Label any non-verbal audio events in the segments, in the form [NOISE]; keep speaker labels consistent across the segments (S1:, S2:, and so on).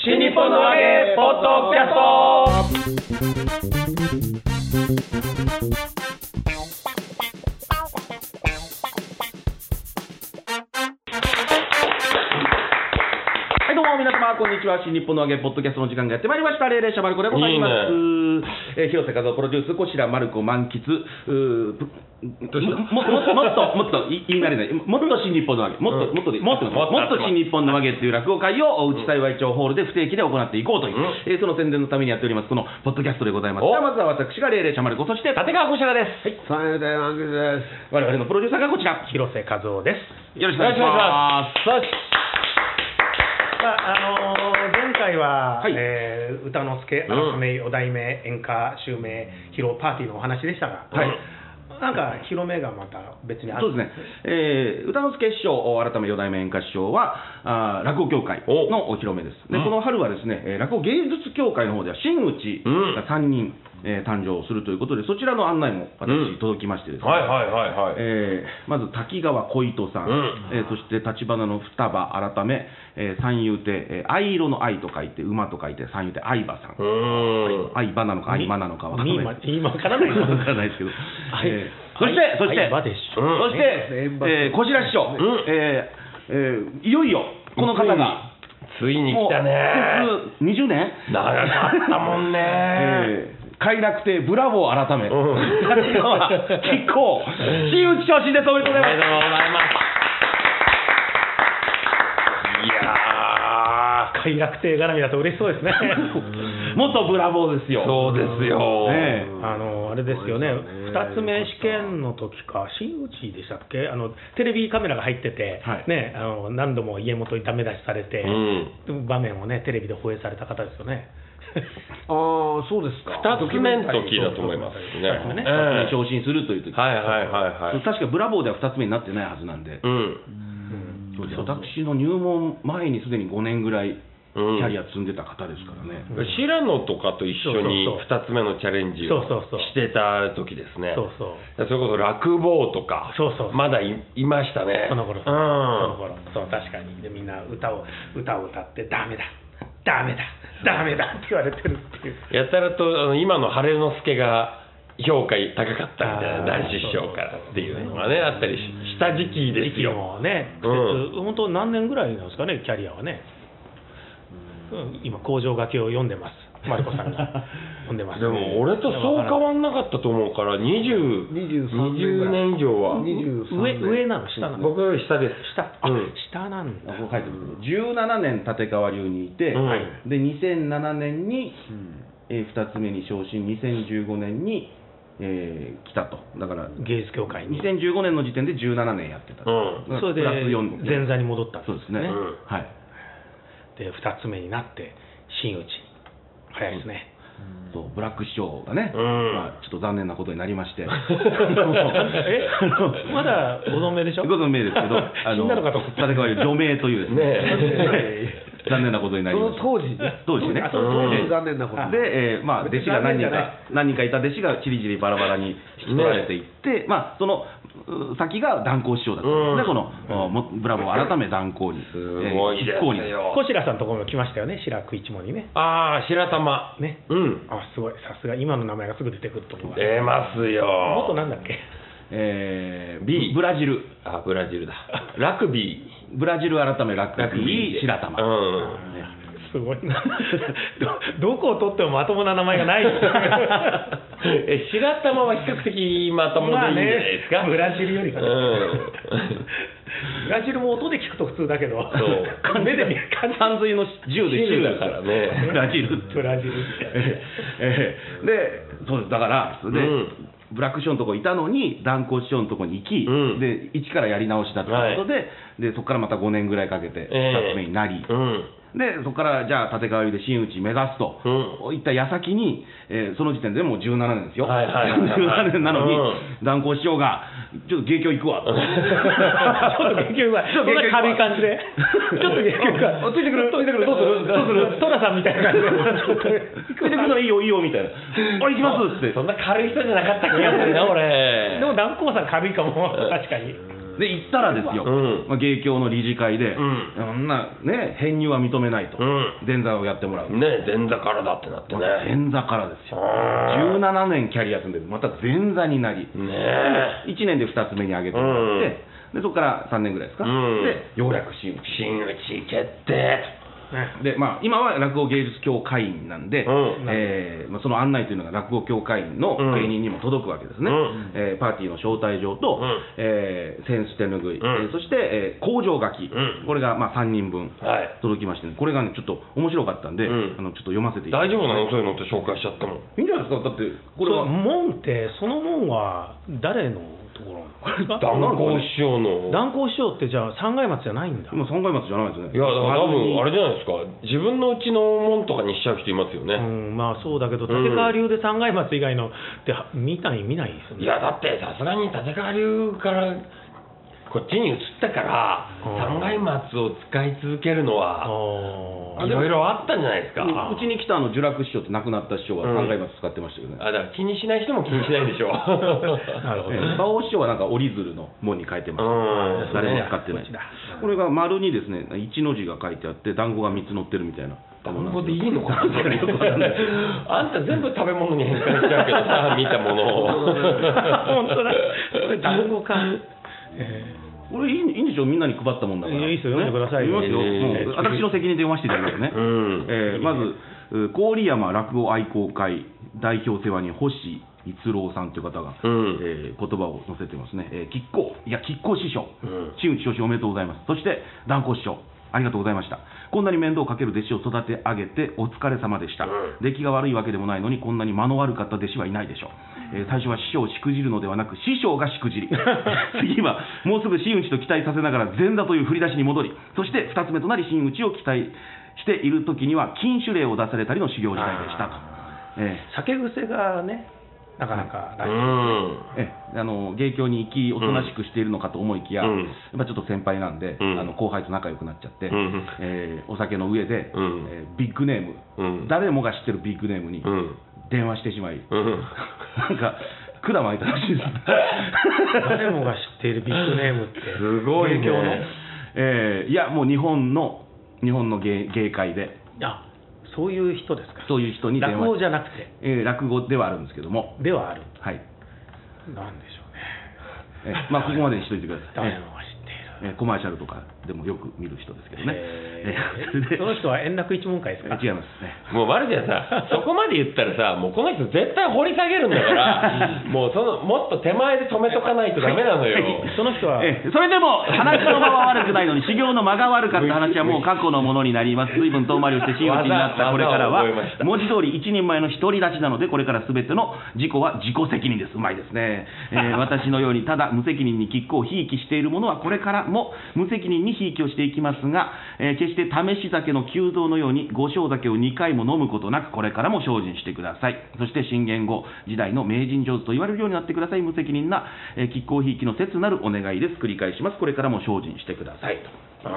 S1: 新日本の揚げポッドキャストはいどうも皆様こんにちは新日本の揚げポッドキャストの時間がやってまいりました霊々者まる子でございますえー広瀬和夫プロデュースこちらまる子満喫うーぷ
S2: どうした
S1: もももっともっとい言い慣れないもっと新日本の揚げもっと、
S2: うん
S1: もっとで
S2: もっと
S1: もっと新日本の揚げという落語会をうち幸い町ホールで不定期で行っていこうという、
S2: うん
S1: えーその宣伝のためにやっておりますこのポッドキャストでございます
S2: お
S1: ではまずは私が霊々者まる子そして我
S2: 川こちらです。はい。三遊亭満喫です。
S1: 々のプロデューサーがこちらよ
S3: 広瀬和夫です。
S1: ろしくお願いします
S2: す。よし。
S3: まああのー前回は、
S1: はい
S3: えー歌之助、
S2: うん
S3: 荒めお題名、演歌、襲名、披露パーティーのお話でしたが、
S1: はい
S3: なんか広めがまた別にあっ
S1: そうですね、えー歌之助師匠、改め四代目演歌師匠は、あー落語協会のお披露目です、で
S2: うん
S1: この春はですね、えー落語芸術協会の方では、真打ちが3人、えー誕生するということで、そちらの案内も
S2: う
S1: 私、
S2: ん
S1: 届きましてですね、
S2: はいはいはいはい。
S1: えーまず滝川小糸さん、
S2: うん
S1: えーそして立花の双葉改め、えー三遊亭、えー藍色の藍と書いて、馬と書いて、三遊亭相葉さん
S2: う、ーん。
S1: 相葉なのか相葉なのか分からないですけど
S3: 今からない
S1: [LAUGHS] わからないですけど、
S3: はい
S1: えーそして、そして、
S3: 相場でしょ
S2: う
S1: そ
S2: ん
S1: して、えー、こちら師匠、
S2: ん
S1: えーえーいよいよこの方が、
S2: ついに
S1: もう
S2: 来たね。
S1: 普通20年、
S2: 長かったもんね。
S1: えー快楽亭ブラボー改め、 [LAUGHS] 立
S2: うん
S1: 川亀
S2: [LAUGHS]
S1: 甲、新内昇進です、おめでとうございます。
S2: ございます。いや
S3: 快楽亭絡みだと嬉しそ
S1: [LAUGHS]
S3: うですね。
S1: 元ブラボーですよ。
S2: ー、そうですよ。
S1: ね
S3: あのーあれですよね、2つ目試験の時か、新内でしたっけあの、テレビカメラが入ってて、
S1: はい
S3: ね、あの何度も家元にダメ出しされて
S2: う、ん。
S3: 場面をね、テレビで放映された方ですよね。
S4: ああ、そうですか。
S2: 二つ目の時だと思いますね。
S3: 二つ目ね
S1: え
S2: ええ
S1: ー昇進するという時、
S2: はいはいはいはい。
S1: 確かブラボーでは2つ目になってないはずなんで、
S2: うん。
S1: 私の入門前にすでに5年ぐらいキ
S2: うん
S1: ャリア積んでた方ですからね、
S2: 白野とかと一緒に
S3: そうそう
S2: 2つ目のチャレンジを
S3: そうそうそう
S2: してた時ですね。
S3: そうそう
S2: それこそ落語とか
S3: そうそうそう
S2: まだいいましたね
S3: その頃
S2: うん
S3: その頃そう確かにでみんな歌を歌を歌ってダメだダメだダメだって言われてるっていう
S2: やたらとあの今の晴之助が評価高かったみたいな
S3: あー
S2: 男子師匠からっていうのがねあったりしした時期です
S3: 時期
S2: よ
S3: もね季
S2: う
S3: 節本当何年ぐらいなんですかねキャリアはねうん今工場書きを読んでますマリコさんが読んでます
S2: でも俺とそう変わんなかったと思うから20
S4: 23年ぐらい
S2: 年以上は
S4: 23
S3: 上
S4: 年
S3: 上なの下なの
S2: 僕より下です
S3: 下あ
S2: うん
S3: 下なんだ
S1: ここ書いてますけど17年立川流にいて、
S2: うん
S1: で2007年に、え2つ目に昇進2015年に、えー来たとだから
S3: 芸術協会に
S1: 2015年の時点で17年やってた、
S2: うん
S1: だから
S3: それで
S1: プラス4
S3: 前座に戻ったん
S1: そうですね、
S2: うん
S1: はい
S3: で2つ目になって真打ち早いですね、
S1: そうブラック師匠がね、
S2: うん
S1: まあ、ちょっと残念なことになりまして [LAUGHS]
S3: えまだご存命でしょ
S1: ご存命ですけど
S3: 死んだのかと思った
S1: 立川流除名というですね
S2: ね
S1: [LAUGHS] 残念なことになり
S4: そ
S1: ま
S4: の
S1: した
S4: 当時ね。
S1: 当時ね
S4: あその当
S1: う
S4: 時
S1: ん
S4: 残念なこと。
S1: で、えーまあ、弟子が何人か何人かいた弟子がちりじりバラバラに引き取られていって、まあ、そのう先が断交師匠だったんですね、
S2: うん
S1: この、おもブラボー改め断交に、
S2: すごいです
S1: えー一向に
S2: よ
S3: 小白さんのところも来ましたよね白く一門にね
S2: ああ白玉
S3: ね
S2: うん
S3: あすごいさすが今の名前がすぐ出てくると思うわ
S2: 出ますよ
S3: もっとなんだっけ
S1: えー
S2: B
S1: ブラジル、
S2: あブラジルだラグビー
S1: ブラジル改めラクビー、白玉、
S2: うん
S3: すごいな [LAUGHS] どどこを取ってもまともな名前がない
S2: え白玉は比較的まともでいいんじゃないですか、
S3: まあねブラジルよりはね
S2: うん
S3: ブラジルも音で聞くと普通だけど
S2: そ
S3: 目で見る感じ
S1: 三髄の銃で
S2: 銃
S1: 銃
S2: だ [LAUGHS] からね
S1: ブラジルって
S3: ブラジルって
S1: えーでそうですだからそれで、
S2: うん
S1: ブラック師匠のとこいたのに断交師匠のとこに行き、
S2: うん
S1: で一からやり直しだということで,、でそこからまた5年ぐらいかけて2つ目になり、
S2: うん
S1: でそこからじゃあ立川流で真打ち目指すと、いった矢先に、えーその時点でもう17年ですよ、
S2: はいはい
S1: [LAUGHS]
S2: はいはい
S1: 17年なのに、
S2: う
S1: 断交師匠がちょっと芸協行く
S2: [LAUGHS]
S1: わと。
S3: ちょっと結局は
S1: ちょ
S3: そ
S1: っ
S3: ん
S1: と
S3: な軽い感じでちょっと結局は
S1: ついてくる、ついてくる、どうする、どうする、
S3: トラさんみたいな感じで
S1: ついてくるのいいよ、いいよみた [LAUGHS] いな、あ行きますって
S3: [LAUGHS]
S2: そ、んな軽い人じゃなかった気がするな俺
S3: でも南光さん軽いかも確かに
S1: でで行ったらですよ、
S2: うん
S1: まあ、芸協の理事会で、
S2: うん
S1: そんな、ね、編入は認めないと、
S2: う
S1: 前座をやってもらう、
S2: ねえ前座からだってなって
S1: ま
S2: ね
S1: た前座からですよ、
S2: うん
S1: 17年キャリア積んで、また前座になり、
S2: ねえ
S1: 1年で2つ目に上げてもらって、でそこから3年ぐらいですか、
S2: うん
S1: でようやく真打ち
S2: 真打ち決定
S1: で、まあ、今は落語芸術協会員なんで、
S2: うん
S1: えーまあ、その案内というのが落語協会員の
S2: うん
S1: 芸人にも届くわけですね、
S2: うん
S1: えーパーティーの招待状と、
S2: うん
S1: えー、扇子手ぬぐい、
S2: うん
S1: えーそして、えー、工場書き、
S2: うん
S1: これがまあ3人分
S2: はい
S1: 届きましてね、これがねちょっと面白かったんで、
S2: うん
S1: あのちょっと読ませていただ
S2: 大
S1: いて
S2: 丈夫なのそういうのって紹介しちゃっても
S1: いいんじゃないですかだってこ
S3: こ
S1: れ
S3: れ
S1: は
S3: は門ってその門は誰のところなんですか
S2: 断
S1: [LAUGHS]
S2: 交師匠の
S3: 断交師匠ってじゃあ三階松じゃないんだ
S1: 今三回松じゃないですね
S2: いやだから多分あれじゃないですか自分のうちの門とかにしちゃう人いますよ
S3: う
S2: ね、
S3: んまあそうだけど立川流で三階松以外のっては見たい見ないですよ
S2: い
S3: ね
S2: やだってさすがに立川流からこっちに移ったから
S3: うん
S2: 三階松を使い続けるのは
S3: あー
S2: いろいろあったんじゃないですか、
S1: うんうちに来たあの呪楽師匠って亡くなった師匠は
S2: うん
S1: 三回松使ってましたよね、
S2: あだから気にしない人も気にしないでしょ
S3: なるほど
S1: えー、
S3: ね
S1: 馬王師匠はなんか折り鶴の門に変えてます、
S2: うん
S1: 誰も使ってない
S3: こっちだ
S1: これが丸にですね一の字が書いてあって団子が3つ乗ってるみたいな
S2: 団子でいいのかな
S1: よくわかんない
S2: [LAUGHS] あんた全部食べ物に変換しちゃうけどさ見たものを
S3: 本当だ
S1: [LAUGHS]
S3: これ団子かえ
S1: これいいいいんでしょみんなに配ったもんだから
S3: いいですよ読んでくださいよ
S1: 読みますよ、もう私の責任で読ませていただきますね、
S2: うん
S1: えーまずう郡山落語愛好会代表世話に星逸郎さんという方が、
S2: うん
S1: えー言葉を載せてますね、えー、吉光いや吉光師匠、
S2: うん
S1: 真打ち昇進おめでとうございますそして断交師匠ありがとうございましたこんなに面倒をかける弟子を育て上げてお疲れ様でした、
S2: うん
S1: 出来が悪いわけでもないのにこんなに間の悪かった弟子はいないでしょう、えー最初は師匠をしくじるのではなく師匠がしくじ
S2: [LAUGHS]
S1: り次はもうすぐ真打ちと期待させながら前座という振り出しに戻りそして2つ目となり真打ちを期待している時には禁酒令を出されたりの修行時代でしたと、えー
S3: ー酒癖がねなかなかな
S2: う
S3: い
S2: ん
S1: ええあの芸協に行きおとなしくしているのかと思いきや、
S2: うん
S1: やっぱちょっと先輩なんで、
S2: うん
S1: あの後輩と仲良くなっちゃって、
S2: うん
S1: ええお酒の上で、
S2: うん
S1: ええビッグネーム、
S2: うん
S1: 誰もが知ってるビッグネームに
S2: うん
S1: 電話してしまい、
S2: うん
S1: なんか管巻いたらしいです。
S3: 誰もが知っているビッグネームって
S2: [LAUGHS] すごいね
S3: 勉強の
S1: ええいやもう日本の日本の芸芸会で
S3: あそういう人ですか
S1: そういう人に電
S3: 落
S1: 話
S3: 語じゃなくて
S1: ええ落語ではあるんですけども、
S3: ではある
S1: はい
S3: なんでしょうね
S1: ええまあ、ここまでにしといてください、
S3: 誰もが知っている
S1: ええコマーシャルとかでもよく見る人ですけどね、え
S3: え
S1: えそれ
S3: ー
S1: で
S3: その人は円楽一門会ですか
S1: 違いますね
S2: もうマルちゃんさそこまで言ったらさもうこの人絶対掘り下げるんだからもうそのもっと手前で止めとかないとダメなのよ、
S3: その人は
S1: ええそれでも話の間は悪くないのに修行の間が悪かった話はもう過去のものになります随分遠回りをして真打ちになったこれからは
S2: 技を覚えました
S1: 文字通り一人前の独り立ちなのでこれから全ての自己は自己責任ですうまいですね、え
S2: [LAUGHS]
S1: ー私のようにただ無責任に拮抗をひいきしているものはこれからも無責任にひいきをしていきますが、えー決して試し酒の急増のように五升酒を2回も飲むことなくこれからも精進してくださいそして新元号時代の名人上手と言われるようになってください無責任なえー拮抗ひいきの切なるお願いです繰り返しますこれからも精進してくださいと
S2: うーんま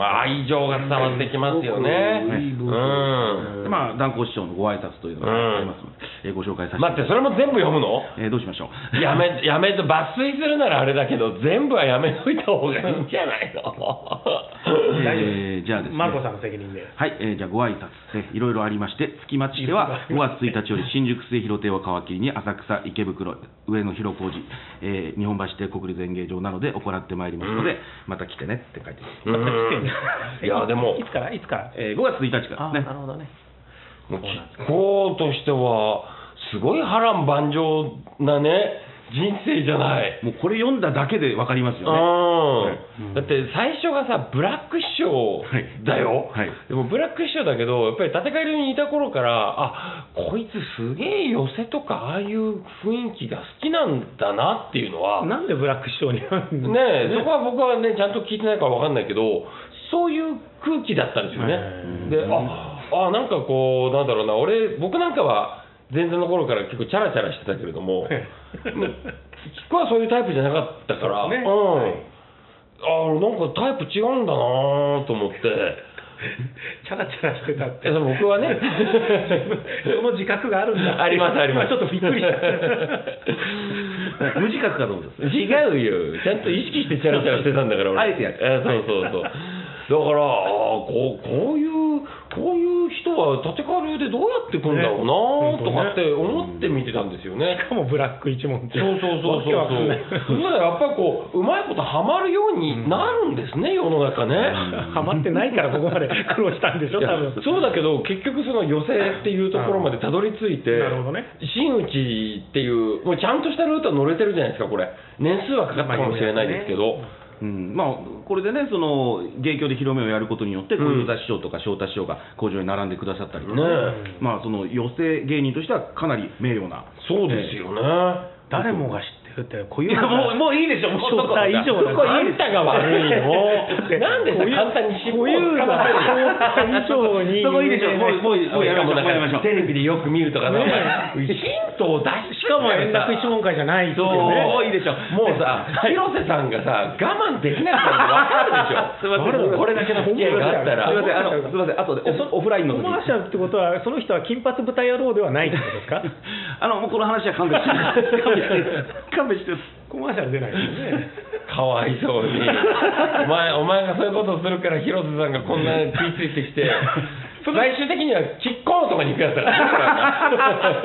S2: あ愛情が伝わってきますよね
S1: うん
S2: う
S1: で
S2: ん
S1: まあ、断交師匠のご挨拶というのがありますので、えーご紹介させて、
S2: 待ってそれも全部読むの
S1: えーどうしましょう。
S2: やめやめと抜粋するならあれだけど全部はやめといた方がいいんじゃないの
S3: 大丈夫
S1: えーじゃあですね。
S3: マルコさんの責任
S1: [LAUGHS]
S3: で
S1: はい、えーじゃあご挨拶えーいろいろありまして、月町では5月1日より新宿末広亭を皮切りに浅草、池袋、上野広小路、えー日本橋亭国立演芸場などで行ってまいりますので、また来てねって書いてます。
S2: うんいやでも
S3: いつからいつから
S1: えー5月1日から
S3: あ
S1: ですね。
S3: なるほどね
S2: もう気候としてはすごい波乱万丈なね人生じゃない
S1: もうこれ読んだだけでわかりますよね。
S2: うん、だって最初がさブラック師匠だよ、
S1: はいはい
S2: でもブラック師匠だけどやっぱり立川流にいた頃からあこいつすげえ寄せとかああいう雰囲気が好きなんだなっていうのはね
S3: なんでブラック師匠に
S2: えそこは僕はねちゃんと聞いてないからわかんないけどそういう空気だったんですよね、でああなんかこうなんだろうな俺僕なんかは前座の頃から結構チャラチャラしてたけれども菊はそういうタイプじゃなかったから、
S3: そうですね
S2: うん、
S3: はい
S2: あーなんかタイプ違うんだなーと思って
S3: チャラチャラしてたって
S2: えでも僕 [LAUGHS] はね
S3: その自覚があるんだ
S2: ありますあります
S3: ちょっとびっくりした
S1: [LAUGHS] 無自覚かと思います。
S2: 違うよ。ちゃんと意識してチャラチャラしてたんだから、俺。
S1: あえてやって
S2: えそうそうそう。だから、あーこう、こういう、こういう人は立て替わりでどうやって来んだろうなーとかって思って見てたんですよね。
S3: しかもブラック一問って。
S2: そうそうそうそう。
S3: わけわ
S2: [LAUGHS]
S3: かんない
S2: そんならやっぱりこう、うまいことハマるようになるんですね、世の中ね。
S3: ハマってないからここまで苦労したんでしょ、
S2: いや
S3: 多分。
S2: そうだけど、結局その寄席っていうところまでたどり着いて、
S3: なるほどね
S2: 真打ちっていう、もうちゃんとしたルートは乗れてるじゃないですか、これ。年数はかかったかもしれないですけど。
S1: うんまあ、これでね、その芸協で広めをやることによって、小遊三師匠とか昇太師匠が工場に並んでくださったりとか、
S2: ねえ
S1: まあ、その寄席芸人としてはかなり名誉な、
S2: そうですよね。
S3: 誰もが知ってるって、こう
S1: い
S3: いう
S1: や
S3: のが
S1: もうもういいでしょ、もう
S3: 正体以上
S2: そこあんたが悪い
S3: で [LAUGHS]
S2: の。なんで簡単に尻尾をつかまれるの
S3: 固有な以上に
S1: そこいいでしょ、もうもうもうやりましょう、もうやりましょう。
S2: テレビでよく見るとか、なんかヒントを出し
S3: しかも円楽一問会じゃないっていう
S1: も
S3: ね。
S1: ういいでしょ、
S2: もう
S3: [LAUGHS]
S2: さ、広瀬さんがさ、我慢できないから分かるでしょ。
S3: [LAUGHS]
S1: すいません
S2: 俺もこれだけの付き合いがあったら。
S1: すみません、あのすみません、後でオフオフラインの
S3: コ
S1: 時
S3: マーシャルってことは、その人は金髪豚野郎ではないってことですか
S1: あのもうこの話は勘 [LAUGHS] 弁して勘弁して勘弁して
S3: コマーシャル出ないですよね。
S2: かわいそうにお前お前がそういうことをするから広瀬さんがこんなに食いついてきて最終的にはキッコーンとかに行くやつだか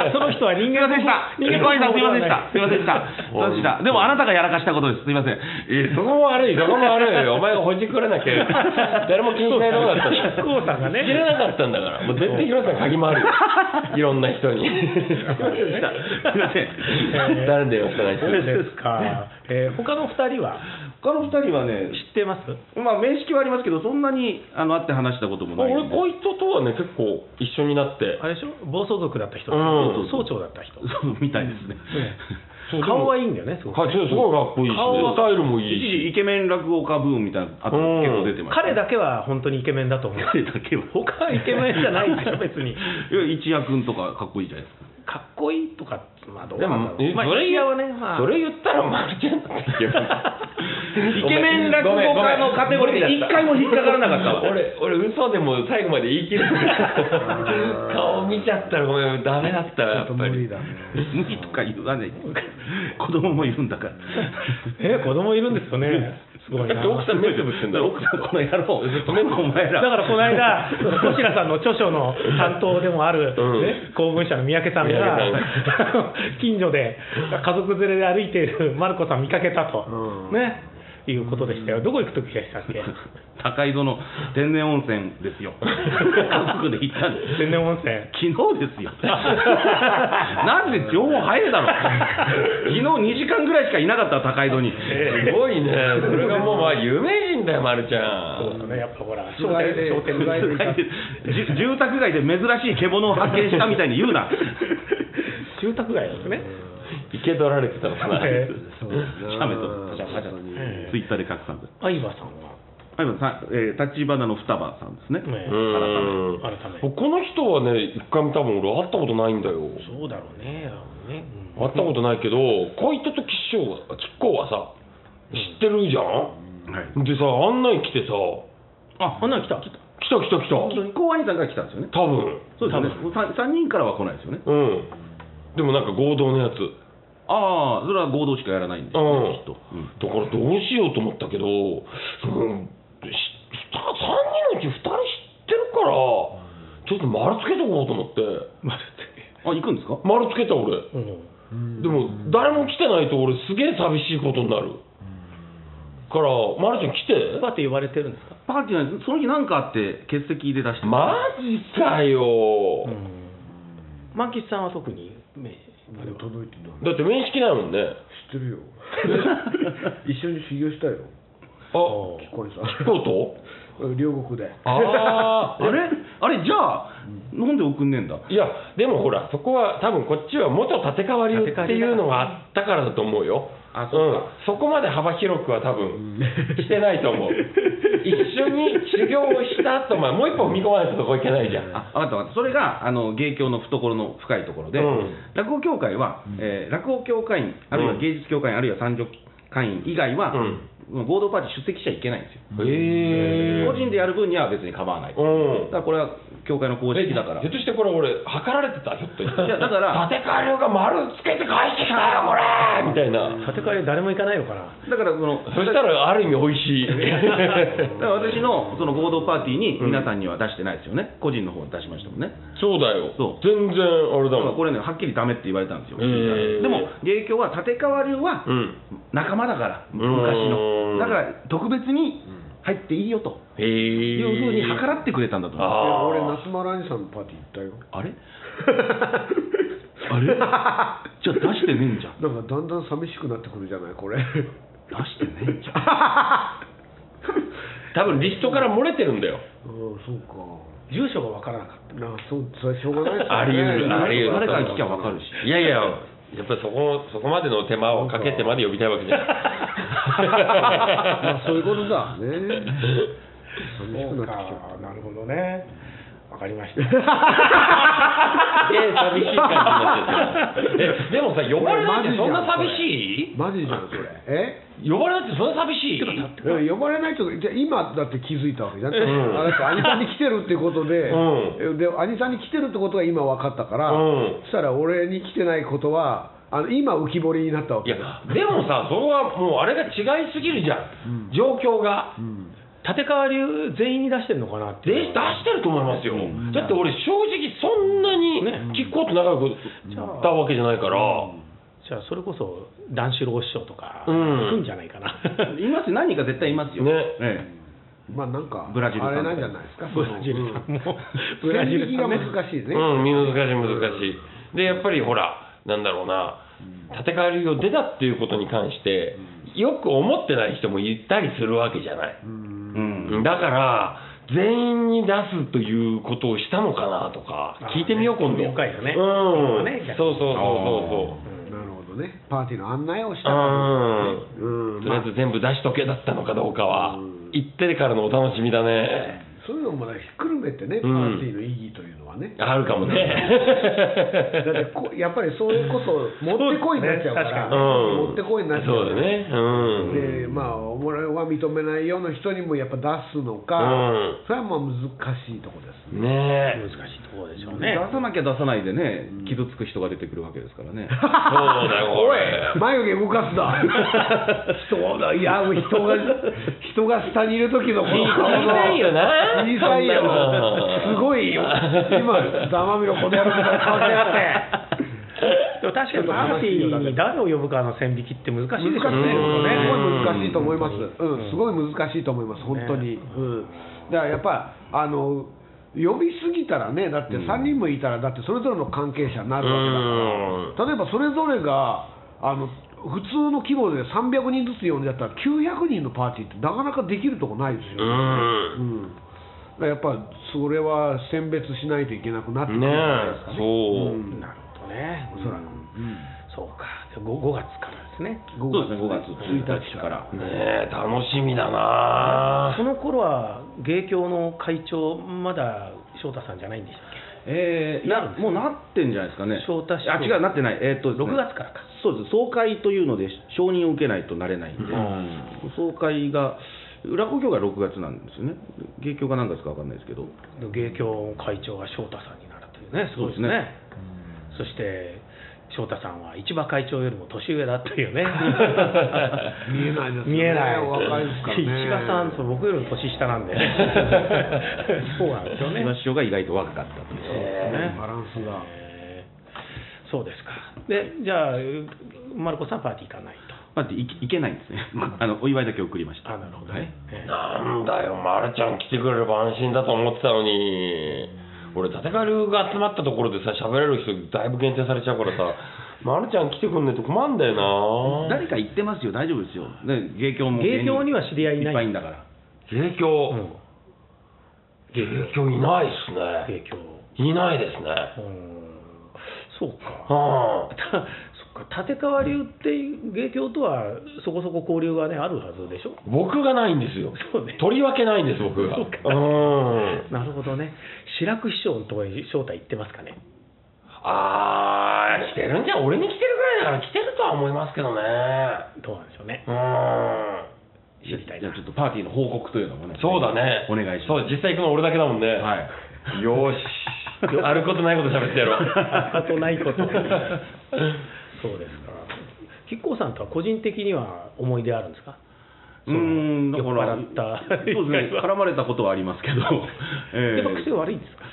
S2: ら
S3: [LAUGHS] その人は人
S1: すいませ
S3: 間
S1: んでした。
S3: 人
S1: 人
S3: 間
S1: 間
S3: の
S1: さんす
S3: こと
S1: いませんでした。すいませんでした。そうでした。でもあなたがやらかしたことです。すいません。えー
S2: そこも悪いそこも悪いお前がほじくらなきゃ誰も気にしないとこだったんだ
S3: キッコーさんがね
S2: 知らなかったんだからもう絶対広瀬さん鍵回るよいろんな人に
S1: すいません。
S2: [LAUGHS] 誰でよろしくお願いし
S3: そ
S2: ま
S3: う
S2: す
S3: ですか。えー他の二人は
S1: 他の二人はね、
S3: 知ってます
S1: まあ面識はありますけど、そんなにあの会って話したこともないん
S2: 俺
S1: で。
S2: こいつとはね結構一緒になって
S3: あれでしょ暴走族だった人、
S2: うん
S3: 総長だった人。
S1: そうみたいですね。
S2: そうでも
S3: 顔はいいんだよね、すごく。
S2: かすごいかっこいいし
S1: 顔は
S2: スタイルもいい
S1: 一
S2: し
S1: 時イケメン落語家ブームみたいなのあと
S2: うん
S1: 結構出てました。
S3: 彼だけは本当にイケメンだと思う。
S1: 彼だけは。
S3: 他はイケメンじゃないでしょ、別に。
S1: いや一夜君とかかっこいいじゃないですか。
S3: かっこいいとか、まあ、どう
S2: で
S3: なんだ
S2: も
S3: ろ、う。
S2: え
S3: まあ、
S2: それ
S3: イケ
S2: 言
S3: ア
S2: う
S3: はね、まあ、
S2: それ言ったら丸ちゃんだって言う
S1: イケメン落語家のカテゴリーで一回も引っかからなかったわ。
S2: 俺、俺、嘘でも最後まで言い切れない [LAUGHS] 顔見ちゃったらごめん、ダメだったら、やっ
S3: ちょ
S2: ぱ
S3: っと無理
S2: り。
S3: だね。
S1: 無理とか言わない。
S3: [LAUGHS]
S1: 子供もいるんだから。
S3: え子供いるんですよ [LAUGHS] ね。すごいな。
S2: だって奥さん目つぶってんだろ
S1: 奥さんこの野郎、ずっと
S2: [LAUGHS]
S1: お前ら。
S3: だからこの間、小白さんの著書の担当でもあ [LAUGHS] る、
S2: うん
S3: ね、公文社の三宅 [LAUGHS] さんが
S2: 三、
S3: 近所で家族連れで歩いているマルコさん見かけたと、
S2: うん
S3: ね、いうことでしたよ、どこ行くときでしたっ [LAUGHS] け、
S1: 高井戸の天然温泉ですよ。家族で行ったんです。
S3: 天然温泉、
S1: 昨日
S3: [LAUGHS]
S1: ですよ。なんで情報早いだろう。昨日2時間ぐらいしかいなかったわ高井戸に。
S2: すごいね。それがもう、まあ、有名人だよ、丸ちゃ
S3: そうで
S2: ん。
S3: すね、やっぱほら、
S4: 不甲斐で
S3: 商店
S4: 不甲斐
S3: 商
S4: で
S3: 店
S1: じゅ [LAUGHS] 住宅街で珍しい獣を発見したみたいに言う
S3: [LAUGHS]
S1: な。
S3: [LAUGHS] 住宅街ですね、
S2: 受け取られてたのかな。
S3: [LAUGHS] え
S4: そう
S1: シャメとパシャパシャと
S3: え
S1: ツイッターで拡散で。
S3: ー相葉さんは、
S1: あ今さえー、立花の双葉さんですね。
S3: ね
S2: うん
S3: 改めて
S2: この人はね、一回も多分俺、会ったことないんだよ。
S3: そうだろうね、あのねうん
S2: 会ったことないけど、こいつと吉祥が、吉光はさ、知ってるじゃん、
S1: はい。
S2: でさ、案内来てさ、
S3: あ、こんなの来た、来た
S2: 来た来た来た、
S1: きっこ兄さんから来たんですよね。
S2: 多分
S1: そうですね。三三人からは来ないですよね。
S2: うん。でもなんか合同のやつ。
S1: ああ、それは合同しかやらないんですよね、
S2: うん
S1: きっと。うん
S2: だからどうしようと思ったけど、うん、しふた3人のうち2人知ってるから、ちょっと丸つけとこうと思って、
S3: まあだって
S1: あ、行くんですか
S2: 丸つけた俺。
S3: うん
S2: でも誰も来てないと俺すげえ寂しいことになる。から、丸ちゃん来て。
S3: とかって言われてるんですか、
S1: パーティーなんです。その日なんかあって、欠席で出して。
S2: マジかよ、
S3: うん、満喫さんは特に名あれは
S4: 届いてたの
S2: だって面識ないもんね。
S4: 知って
S3: [LAUGHS]
S4: るよ一緒に修行したよ
S2: あ、
S4: 木こりさ
S2: 京都
S4: ん両国で
S2: あ [LAUGHS] ー
S1: あれあれ、じゃあ、なんで送んねえんだ
S2: いや、でもほら、そこは多分こっちは元立川流っていうのがあったからだと思うよ。
S1: あそうか
S2: ん、そこまで幅広くは多分してない
S1: [LAUGHS]
S2: と思う。一緒に修行をした後、まあ、もう一歩踏み込まないとそこいけないじゃん。
S1: あ、わかったわかった。それが、あの、芸協の懐の深いところで、
S2: うん
S1: 落語協会は、えー落語協会員、あるいは
S2: うん
S1: 芸術協会員、あるいは三条会員以外は、合同パーティー出席しちゃいけないんですよ。
S2: へえ。
S1: 個人でやる分には別に構わない。だ
S2: う
S1: からこれは教会の公式だから
S2: ひょっとしてこれ俺測られてたひょっとして
S1: いやだから
S2: 立川流が丸つけて返してきたよこれみたいな
S3: 建て替え誰も行かないのかな
S1: だからその
S2: そしたらある意味美味しい
S1: だから私のその合同パーティーに皆さんには出してないですよね、個人の方は出しましたもんね、
S2: [LAUGHS] そうだよ
S1: そう
S2: 全然あれ
S1: だ
S2: だ
S1: から
S2: もん
S1: これね、はっきりダメって言われたんですよ、
S2: へー
S1: でも、芸協は立川流は
S2: うん
S1: 仲間だから、
S2: ん
S1: 昔
S2: う
S1: の、
S2: ん
S1: だから特別に入っていいよと
S2: へえい
S1: いうふうに計らってくれたんだと思う
S4: いや
S2: あ
S4: 俺
S2: ー
S4: 夏丸兄さんのパーティー行ったよ
S1: あれ [LAUGHS] あ [LAUGHS] れじゃあ出してねえんじゃん
S4: なんかだんだん寂しくなってくるじゃないこれ
S1: 出してねえんじゃん
S2: 多分リストから漏れてるんだよ
S4: うんそうか
S3: 住所がわからなかっ
S4: なそうそれはしょうがないですよね
S2: あり得るあ
S1: 誰かに
S2: り得る
S1: 聞きゃ分かるし
S2: いやいややっぱりそこそこまでの手間をかけてまで呼びたいわけじゃない
S4: まあそういうことだね寂
S3: た
S4: し
S3: そう
S4: くなってきちゃ
S3: かなるほどねわかりました
S2: すげえ寂 [LAUGHS] しい感じになってる [LAUGHS] えでもさ呼ばれないってそんな寂し
S4: うマジじゃんそれえ
S2: い呼ばれないってそんな寂しい
S4: でも呼ばれないとじゃあ今だって気づいたわけじゃん、
S2: ん
S4: あだって兄さんに来てるってことで,、
S2: う
S4: で兄さんに来てるってことが今分かったから、
S2: うん
S4: そしたら俺に来てないことはあの今浮き彫りになったわ
S2: い
S4: け
S2: やでもさそれはもうあれが違いすぎるじゃん、状況が、
S3: 立川流全員に出してるのかなって
S2: で出してると思いますよ、だって俺正直そんなに聞くこと仲良くだわけじゃないから、
S3: じゃあそれこそ段四郎師匠とか
S2: うん
S3: 行くんじゃないかな、
S1: [LAUGHS] います何人か絶対いますよ、
S2: ね
S1: え
S4: まあなんか
S1: ブラジルさ
S4: あ
S1: ん
S4: れなんじゃないですか
S3: ブラジルさんも
S4: ブラジルが難しいね、
S2: うん難しい難しいでやっぱりほらなんだろうな立川流を出たっていうことに関してよく思ってない人もいたりするわけじゃない、
S1: えうん
S2: だから全員に出すということをしたのかなとか聞いてみよう今度
S3: 興味深いよね
S2: うん、
S3: ね
S2: そうそうそうそうそう
S4: なるほどねパーティーの案内をした
S2: うん
S4: うん
S2: とりあえず全部出しとけだったのかどうかは行ってからのお楽しみだね
S4: そういうのもねひっくるめてねパーティーの意義というのはね、
S2: あるかもね
S4: だってこやっぱりそれこそ持ってこいになっちゃうから
S2: うん
S4: 持ってこいになっちゃう
S2: そうだねうん
S4: でまあ俺は認めないような人にもやっぱ出すの
S2: う
S4: か、
S2: ん
S4: それはまあ難しいところです
S2: ね
S3: 難
S2: え
S3: しいところでしょう
S1: 出
S3: ね
S1: さなきゃ出さないでね傷つく人が出てくるわけですから
S3: [LAUGHS]
S1: ね
S2: そうだよこれ
S4: 眉毛動かすな [LAUGHS] 人がいやもう人が人が下にいる時のこの顔
S2: 小
S4: の
S2: さいよな
S4: 小さいよ
S2: そんなの
S4: すごいよ今ざまみろこの野郎みたいな顔しやがって
S3: でも確かにパーティーに誰を呼ぶかの線引きって難し
S4: 難しい
S3: いで
S4: で
S3: すよ
S4: す
S3: ね
S4: ねすごい難しいと思います、うん、すごい難しいと思います、本当に、うん、だからやっぱあの呼びすぎたらね、だって3人もいたら、だってそれぞれの関係者になるわけだから、例えばそれぞれがあの普通の規模で300人ずつ呼んじゃったら、900人のパーティーってなかなかできるとこないです
S2: う
S4: よ、
S2: ん
S4: うん、だからやっぱそれは選別しないといけなくなってくるんじ
S2: ね
S4: ゃないですか
S2: えそう、
S3: なるほどね
S4: おそらく
S3: そうかでご5月からですね
S1: そうですね5月1日から
S2: ねえ楽しみだな
S3: その頃は芸協の会長まだ翔太さんじゃないんでしたっ
S1: えー、なもうなってんじゃないですかね
S3: 招待し
S1: あ違うなってないえーっと
S3: け
S1: ですね
S3: 6月からか
S1: そうです総会というので承認を受けないとなれないんで、総会が裏故郷が6月なんですよね芸協が何月か分かんないですけど
S3: で芸協会長が翔太さんになるというねすごいですねそして翔太さんは市場会長よりも年上だという [LAUGHS] ね
S4: 見えないですよね
S3: 見えない
S4: お若いですからね
S3: 市場さんそう僕よりも年下 [LAUGHS] なんでそうなんですよね
S1: 岩師匠が意外と若かったという
S3: ね
S4: バランスが。
S3: えーそうですかでじゃあマルコさんパーティー行かないと
S1: 待っていいけないんですね [LAUGHS] あのお祝いだけ送りました
S3: あなるほど
S1: はい
S3: ね、えー
S2: なんだよ、まるちゃん来てくれれば安心だと思ってたのに、俺、立川流が集まったところでさ、喋れる人、だいぶ限定されちゃうから
S3: [LAUGHS]
S2: さ、まるちゃん来てくんねえと困んだよな。
S1: 誰か言ってますよ大丈夫ですよね芸協も
S3: 芸協には知り合いい
S1: い
S3: な
S1: っ
S3: い
S1: ぱいいんだから
S2: 芸協、
S3: うん
S2: 芸協いないっすね。
S3: 影響
S2: いないですね。
S3: うーんそうか
S2: はあ、
S3: たそっか立川流って芸協とはそこそこ交流がねあるはずでしょ
S2: 僕がないんですよ。
S3: そうね
S2: とりわけないんです、僕が。
S3: そうか
S2: うん。
S3: なるほどね白く師匠のところに招待行ってますかね
S2: あー、来てるんじゃ、俺に来てるぐらいだから来てるとは思いますけどね。
S3: どうなんでしょうね
S2: うん。
S3: 知りたい
S1: じゃ
S3: な
S1: あちょっとパーティーの報告というのもね
S2: そうだね。
S1: お願いし
S2: そう、実際行くの俺だけだもんね。
S1: ますはい
S2: よーし。 [LAUGHS] あることないこと喋ってやろう。
S3: あとない [LAUGHS] こと。そうですか。吉光さんとは個人的には思い出あるんですか。
S1: うーん、だから、
S3: 酔っ払った [LAUGHS]
S1: そうですね、絡まれたことはありますけど、え
S3: やっぱ癖悪いんですか。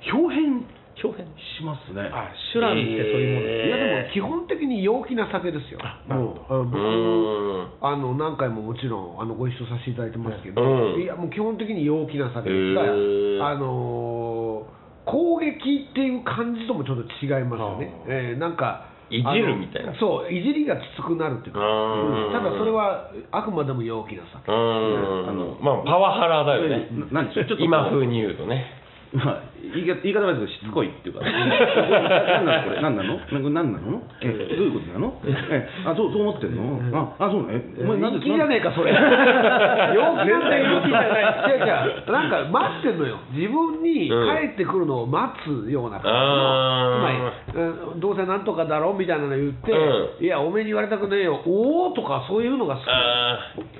S1: ー、表変
S3: 表変。
S1: しますね。
S3: あ、シュランってそういうもの
S4: いや
S3: で
S4: でも基本的に陽気な酒ですよ
S3: あ、なる
S4: も
S3: ほ
S4: [LAUGHS] ううん
S2: う
S4: 僕
S2: ーん。
S4: あの何回ももちろんあのご一緒させていただいてますけど、
S2: うん
S4: いやもう基本的に陽気な酒ですから、
S2: へー
S4: あのー攻撃っていう感じともちょっと違いますよね、
S3: あ
S4: えーなんか
S2: いじるみたいな
S4: あのそういじりがきつくなるっていうか、
S2: うん
S4: うんただそれはあくまでも陽気な酒
S2: うーん。
S1: あの
S2: まあ、パワハラだよね。
S1: ななんでしょうちょっと
S2: 今風に言うとね。
S1: まあ、言い方言い方悪いですけど、しつこいってい
S3: [LAUGHS]
S1: うか、何なのこれ、何なのな何なのえどういうことなのえあ、そうそう思ってんのあ、あそうね。お前なんで
S4: 陽気じゃねえ
S1: [LAUGHS]
S4: かそれ陽気なんだよ陽気じゃない違う違
S2: [LAUGHS]
S4: うなんか待ってんのよ自分に帰ってくるのを待つような感じ
S2: あ
S4: の、つまりうんどうせなんとかだろみたいなの言って、
S2: う
S4: いやおめえに言われたくねえよおおとかそういうのが好き
S2: あ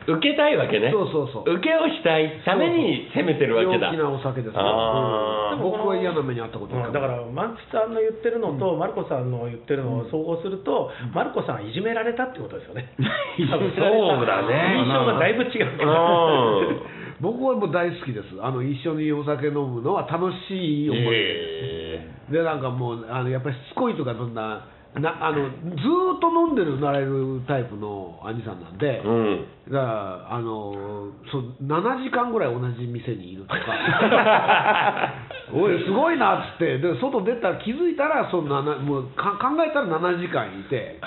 S2: ー受けたいわけね。
S4: そうそうそう
S2: 受けをしたいために攻めてるわけだ。
S4: 陽気なお酒ですよ、
S2: あー
S4: うん僕は嫌な目に遭ったことない、
S3: だからマンチさんの言ってるのと、マルコさんの言ってるのを総合すると、マルコさんはいじめられたってことですよね
S1: いや
S3: 多分
S2: そうだね
S3: 印象がだいぶ違うけ
S2: う
S3: ど
S2: ん。
S4: 僕はもう大好きですあの一緒にお酒飲むのは楽しい思い出
S2: え
S4: でなんかもうあのやっぱりしつこいとかそんななあのずーっと飲んでるなれるタイプの兄さんなんで、
S2: えうん。
S4: だからあのそう7時間ぐらい同じ店にいるとかおいすごいなっつってで外出たら気づいたらそのなもうか考えたら7時間いて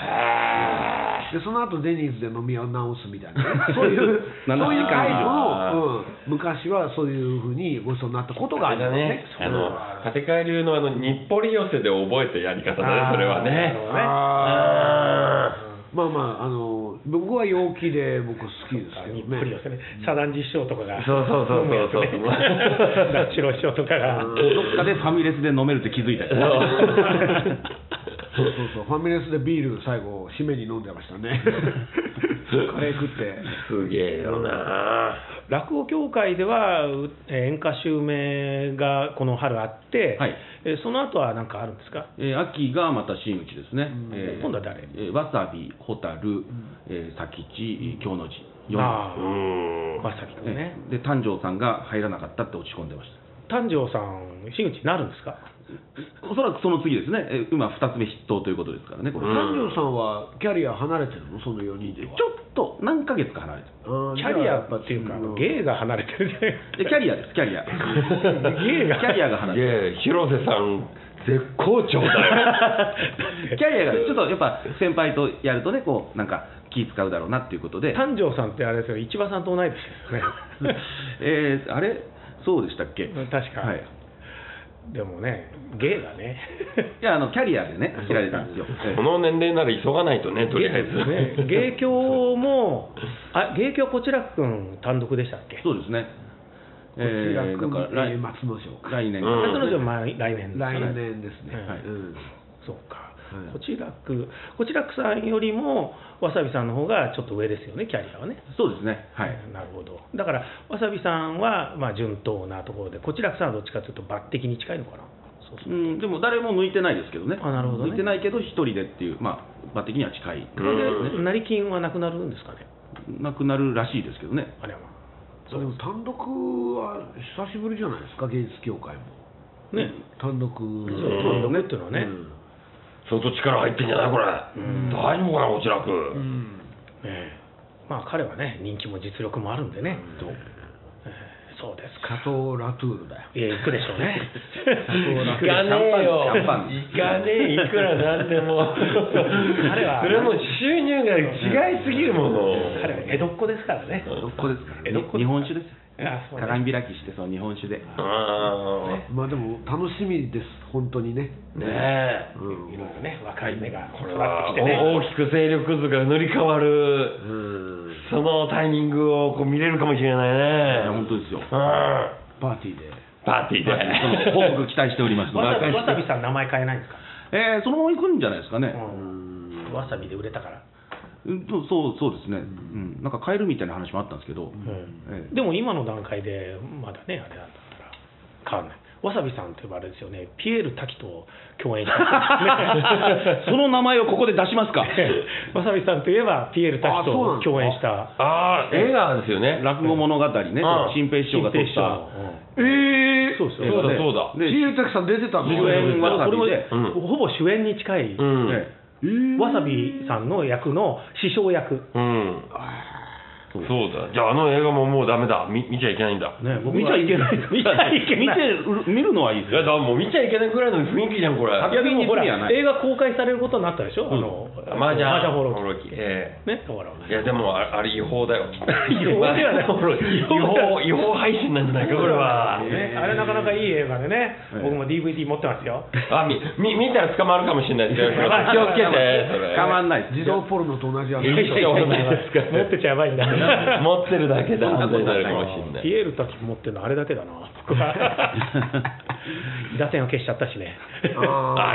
S4: でその後デニーズで飲み直すみたいなねそういうそう
S1: 7時
S4: いう
S1: 間
S4: タイプの、うん、昔はそういうふうにごちそうになったことが
S2: あ
S4: あ
S2: れ
S4: りま
S2: だ
S4: す
S2: ね
S4: ね。
S2: あの、建て替え流のあの、日暮里寄せで覚えたやり方だね、それは
S3: な
S2: ね
S3: るほ。どね
S4: あ
S2: うん
S4: ーまあまああの僕は陽気で僕好きですけど
S3: 日
S4: ね
S3: 暮里寄せね、サダンジ師匠とかが、
S2: そうそうそうそうそう
S3: 飲むや [LAUGHS] つねダッチロー師匠とかが、
S1: どっかでファミレスで飲めるって気づいたり
S4: そうそうそうファミレスでビール最後締めに飲んでました
S3: [LAUGHS]
S4: ねカレー食って
S2: [LAUGHS] すげえよな
S3: 落語協会ではうえー演歌襲名がこの春あって、
S1: はい
S3: えーその後は何かあるんですか、
S1: えー秋がまた真打ちですね。えー
S3: 今度は誰
S1: えーわさび、ホタル、えー佐吉、京の字、四
S3: あ
S2: う
S3: あ
S2: ん。
S3: まさき君ね
S1: え、ーで、丹上さんが入らなかったって落ち込んでました。
S3: 丹上さん、真打ちになるんですか、
S1: おそらくその次ですね、えー今2つ目筆頭ということですからね、これ。
S2: うん
S4: 三条さんはキャリア離れてるのその4人
S1: ち
S4: では
S1: ょっと何ヶ月か離れてる
S4: あー
S3: キ
S4: じゃあ
S3: ャリ
S4: や
S3: ア
S4: っぱ
S3: っていうか
S4: ん、
S3: 芸が離れてるじゃない
S1: でキャリアです、キャリア。キ
S3: 芸が
S1: ャリアが離
S2: すげ
S1: れてる。
S2: え、広瀬さん、絶好調だよ。
S3: [LAUGHS]
S1: キャリアが、ちょっとやっぱ先輩とやるとね、こう、なんか気使うだろうなっていうことで、
S3: 丹上さんってあれですよ、市場さんと同い年ですよね。
S1: [LAUGHS] えーあれ、 [LAUGHS] そうでしたっけ
S3: うん確か
S1: はい
S3: でもね、芸だね。
S1: いやあのキャリアでね、知られたんですよ。え
S2: この年齢なら急がないとね、とりあえず。
S3: ね芸協も、あ芸協こちらくん単独でしたっけ
S1: えそうですね。
S4: こちら
S1: えーだか
S4: く
S1: ら
S4: ら
S1: 来
S4: 松野城
S1: 来年、
S2: うん
S3: 彼女はまあ来年ですか
S4: 来
S3: ね
S4: 年ですね、
S3: はい
S4: うん
S3: そうか、
S4: はい
S3: こちらく、こちらくさんよりも、わさびさんの方がちょっと上ですよね、キャリアはね。
S1: そうですね。はい。
S3: なるほど。だから、わさびさんは、まあ、順当なところで、こちらくさんはどっちかというと、抜擢に近いのかな。そう
S1: う、
S3: そうん
S1: でも誰も抜いてないですけどね。
S3: あなるほどね
S1: 抜いてないけど一人でっていう、まあ、抜擢には近い。
S2: う
S3: そ
S2: ん
S3: れで、成金はなくなるんですかね、
S1: なくなるらしいですけどね。
S3: あれはま
S4: でも単独は久しぶりじゃないですか芸術協会も
S3: あ。ね、
S4: 単独
S3: そう単独っていうのはね、
S4: うん
S2: 相当力入ってんじゃないこれ。大丈夫かな、こちらく。
S3: ええまあ彼はね、人気も実力もあるんでね、ええそうですか、
S4: 加藤ラトゥールだよ
S3: いや、行くでしょうね、
S2: 行
S3: [LAUGHS]
S2: かねえよ。
S1: シャンパン
S2: 行かねえ、いくらなんでも。
S3: 彼は
S2: それはもう収入が違いすぎるもの。
S3: 彼は江戸っ子ですからね、
S1: どこですから、
S3: 江戸っ子
S1: 日本酒ですよ。
S3: あそうね
S1: 鏡開きして、その日本酒で。
S2: ああ。
S4: まあでも楽しみです本当にね
S2: ねえ。
S4: うん
S3: いろいろね、若い目が
S2: こ
S3: 育
S2: れ
S3: っ
S2: は
S3: てきてね、
S2: 大きく勢力図が塗り替わる。
S4: うん
S2: そのタイミングをこう見れるかもしれないね。
S1: いや本当ですよ
S2: うん。
S4: パーティーで
S2: パーティー
S1: そ
S2: で。
S1: の報告期待しておりますので
S3: わさびわさびさん、名前変えないんですか、
S1: えーそのまま行くんじゃないですかね。
S3: うん、わさびで売れたから、
S1: うんとそうそうですね、うん、なんか変えるみたいな話もあったんですけど、
S3: うん
S1: ええ
S3: でも今の段階で、まだね、あれなんだったら、変わんない、わさびさんというあれですよね、ピエール滝と共演したんですね
S1: その名前をここで出しますか。
S3: わさびさんといえば、ピエール滝
S4: あそうなん
S3: と
S4: だ
S3: 共演した、
S2: [LAUGHS] ああ、映画ですよね。
S1: 落語物語ね
S2: うん、
S1: 新平師匠が撮っ
S3: 新平師匠
S1: た
S3: の。
S4: えー、
S3: そうです
S2: そ
S3: よ
S2: うだ、そうだ。
S1: で
S4: シールタキさん出てたの
S1: 主演わさ
S3: これ
S1: び
S3: も
S1: で、
S2: うん
S3: ほぼ主演に近い、
S2: うん。
S1: ね
S4: えー
S3: わさびさんの役の師匠役、
S2: うん。そうだ。じゃあ、あの映画ももうダメだ。見見ちゃいけないんだ。
S3: ね、僕は
S1: 見ちゃいけない。
S3: 見ちゃいけない。
S1: 見て見るのはいいです
S2: いや、
S1: よ。
S2: だからもう見ちゃいけないくらいの雰囲気じゃん、これ。
S1: あ
S3: いやでもほら
S1: 見に行くにはない
S3: 映画公開されることになったでしょ、あの
S2: マージャン。
S3: マージャン放浪記
S2: 放浪記え
S3: ね、だから
S2: えいや、でも、ああれ違法だよ。
S3: 違法ではな
S2: [LAUGHS]
S3: い
S2: 違法、違法配信なんじゃないか、これは。
S3: ね、あれなかなかいい映画でね、僕も DVD 持ってますよ。
S2: あ、み、み、見たら捕まるかもしれないですよ。気 [LAUGHS] をつけて、それ。
S1: たまんないです。
S4: 自動ポルノと同じやつ
S2: いやいやいや
S3: 持ってちゃやばいんだ。
S2: [LAUGHS] 持ってるだけで犯罪になるかもしれな
S3: ピ
S2: い。
S3: エールたち持ってるのあれだけだな。打線を消しちゃったしね。
S4: あ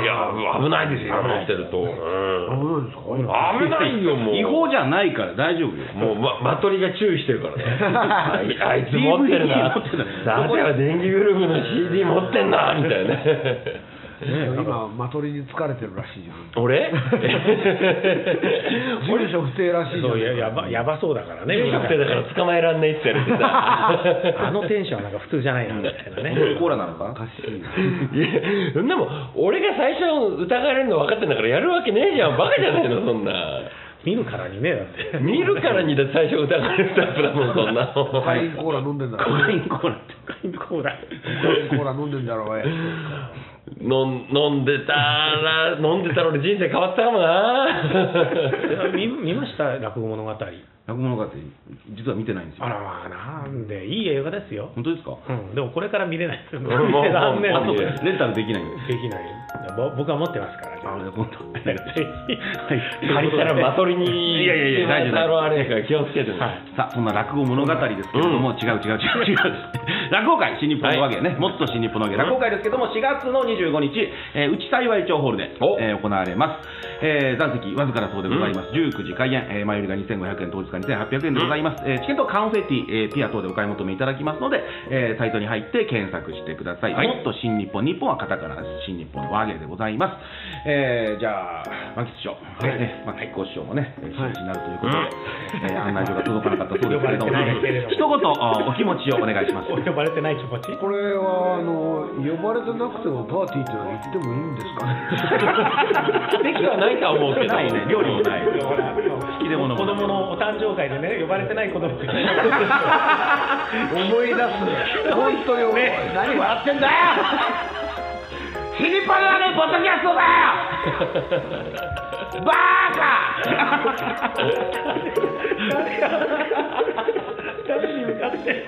S2: あ、いや、危ないですよ、持ってると。
S4: あ
S2: うん
S4: そうなんですか
S2: 危ないよ、もう。
S1: 違法じゃないから大丈夫よ。
S2: もう、ま、マトリが注意してるからね。あい [LAUGHS] あいつ持ってるな。
S1: DVD 持ってる
S2: だっては電気グループの CD 持ってんな、みたいなね。
S4: 今マトリに疲れてるらしいじゃ
S3: [LAUGHS]
S4: ん
S2: 俺
S4: 住所不定らしいじゃ
S3: そう
S4: ん
S3: ややばやばそうだからね。
S2: 住所不定だから捕まえらんないって言われて [LAUGHS] さ。
S3: あのテンションはなんか普通じゃないなみたいなね。
S1: コーラなのか
S4: おかしいない
S2: やでも俺が最初疑われるの分かってんだからやるわけねえじゃんバカじゃないのそんな
S3: 見るからにねだって。
S2: 見るからにだって最初疑われるタイプだもんそんな
S4: コカインコーラ飲んでんだ
S1: コ
S4: ろコ
S1: カインコーラって。
S3: こうだ。
S4: カインコーラ飲んでんだろおい
S2: 飲ん飲んでたら飲んでたら俺人生変わったかもな
S3: 見見ました落語物語。あら
S1: 落語物語実は見てないんですよ。
S3: まあなんでいい映画ですよ。
S1: 本当ですか。
S3: うん、でもこれから見れないですよ。
S2: んもう
S3: 残念
S2: もうもう
S3: で
S1: レンタルできないんです。
S3: きない。ぼ僕は持ってますから。
S1: あ、本当。
S3: ぜひ
S2: 借りたらまとりに
S1: いやいやいや大丈夫
S2: あのあれやから気をつけてね、
S1: さあそんな落語物語ですけれども、違う違う違う違う落語会新日本のわけね、もっと新日本のわけ落語会ですけども4月の25日、えー、内幸町ホールで、
S2: お
S1: えー行われます、えー、残席わずかなそうでございます、19時開演、えー、前売りが2500円当日が2800円でございます、えーチケットはカンフェティ、えーピア等でお買い求めいただきますので、えーサイトに入って検索してください、
S2: はい
S1: もっと新日本日本はカタカナです新日本のわけでございます、えーじゃあ満喫師匠、
S3: はい
S1: えーまあ、結構師匠もね、えー、
S4: はい
S1: 真摯になるということで、えー案内所が届かなかったそうですけれども、
S3: 呼ばれてないけれども
S1: 一言あお気持ちをお願い
S3: [LAUGHS]
S1: します。
S3: 呼ばれてない気持ち。
S4: これはあの呼ばれてなくてもパーティーってのは行ってもいいんですか
S1: [LAUGHS]
S4: ね
S2: できはないとは思うけど
S1: ないね、料理もない。
S3: [LAUGHS] ほら
S1: き出物も
S3: 子供のお誕生会でね呼ばれてない子供が [LAUGHS]
S4: 思い出す本当に思い何笑ってんだよ
S1: [LAUGHS]
S4: 死にパラねポッドキャス
S1: [LAUGHS]
S4: トだよバ
S3: [LAUGHS]
S1: [LAUGHS]
S3: 誰に向かって。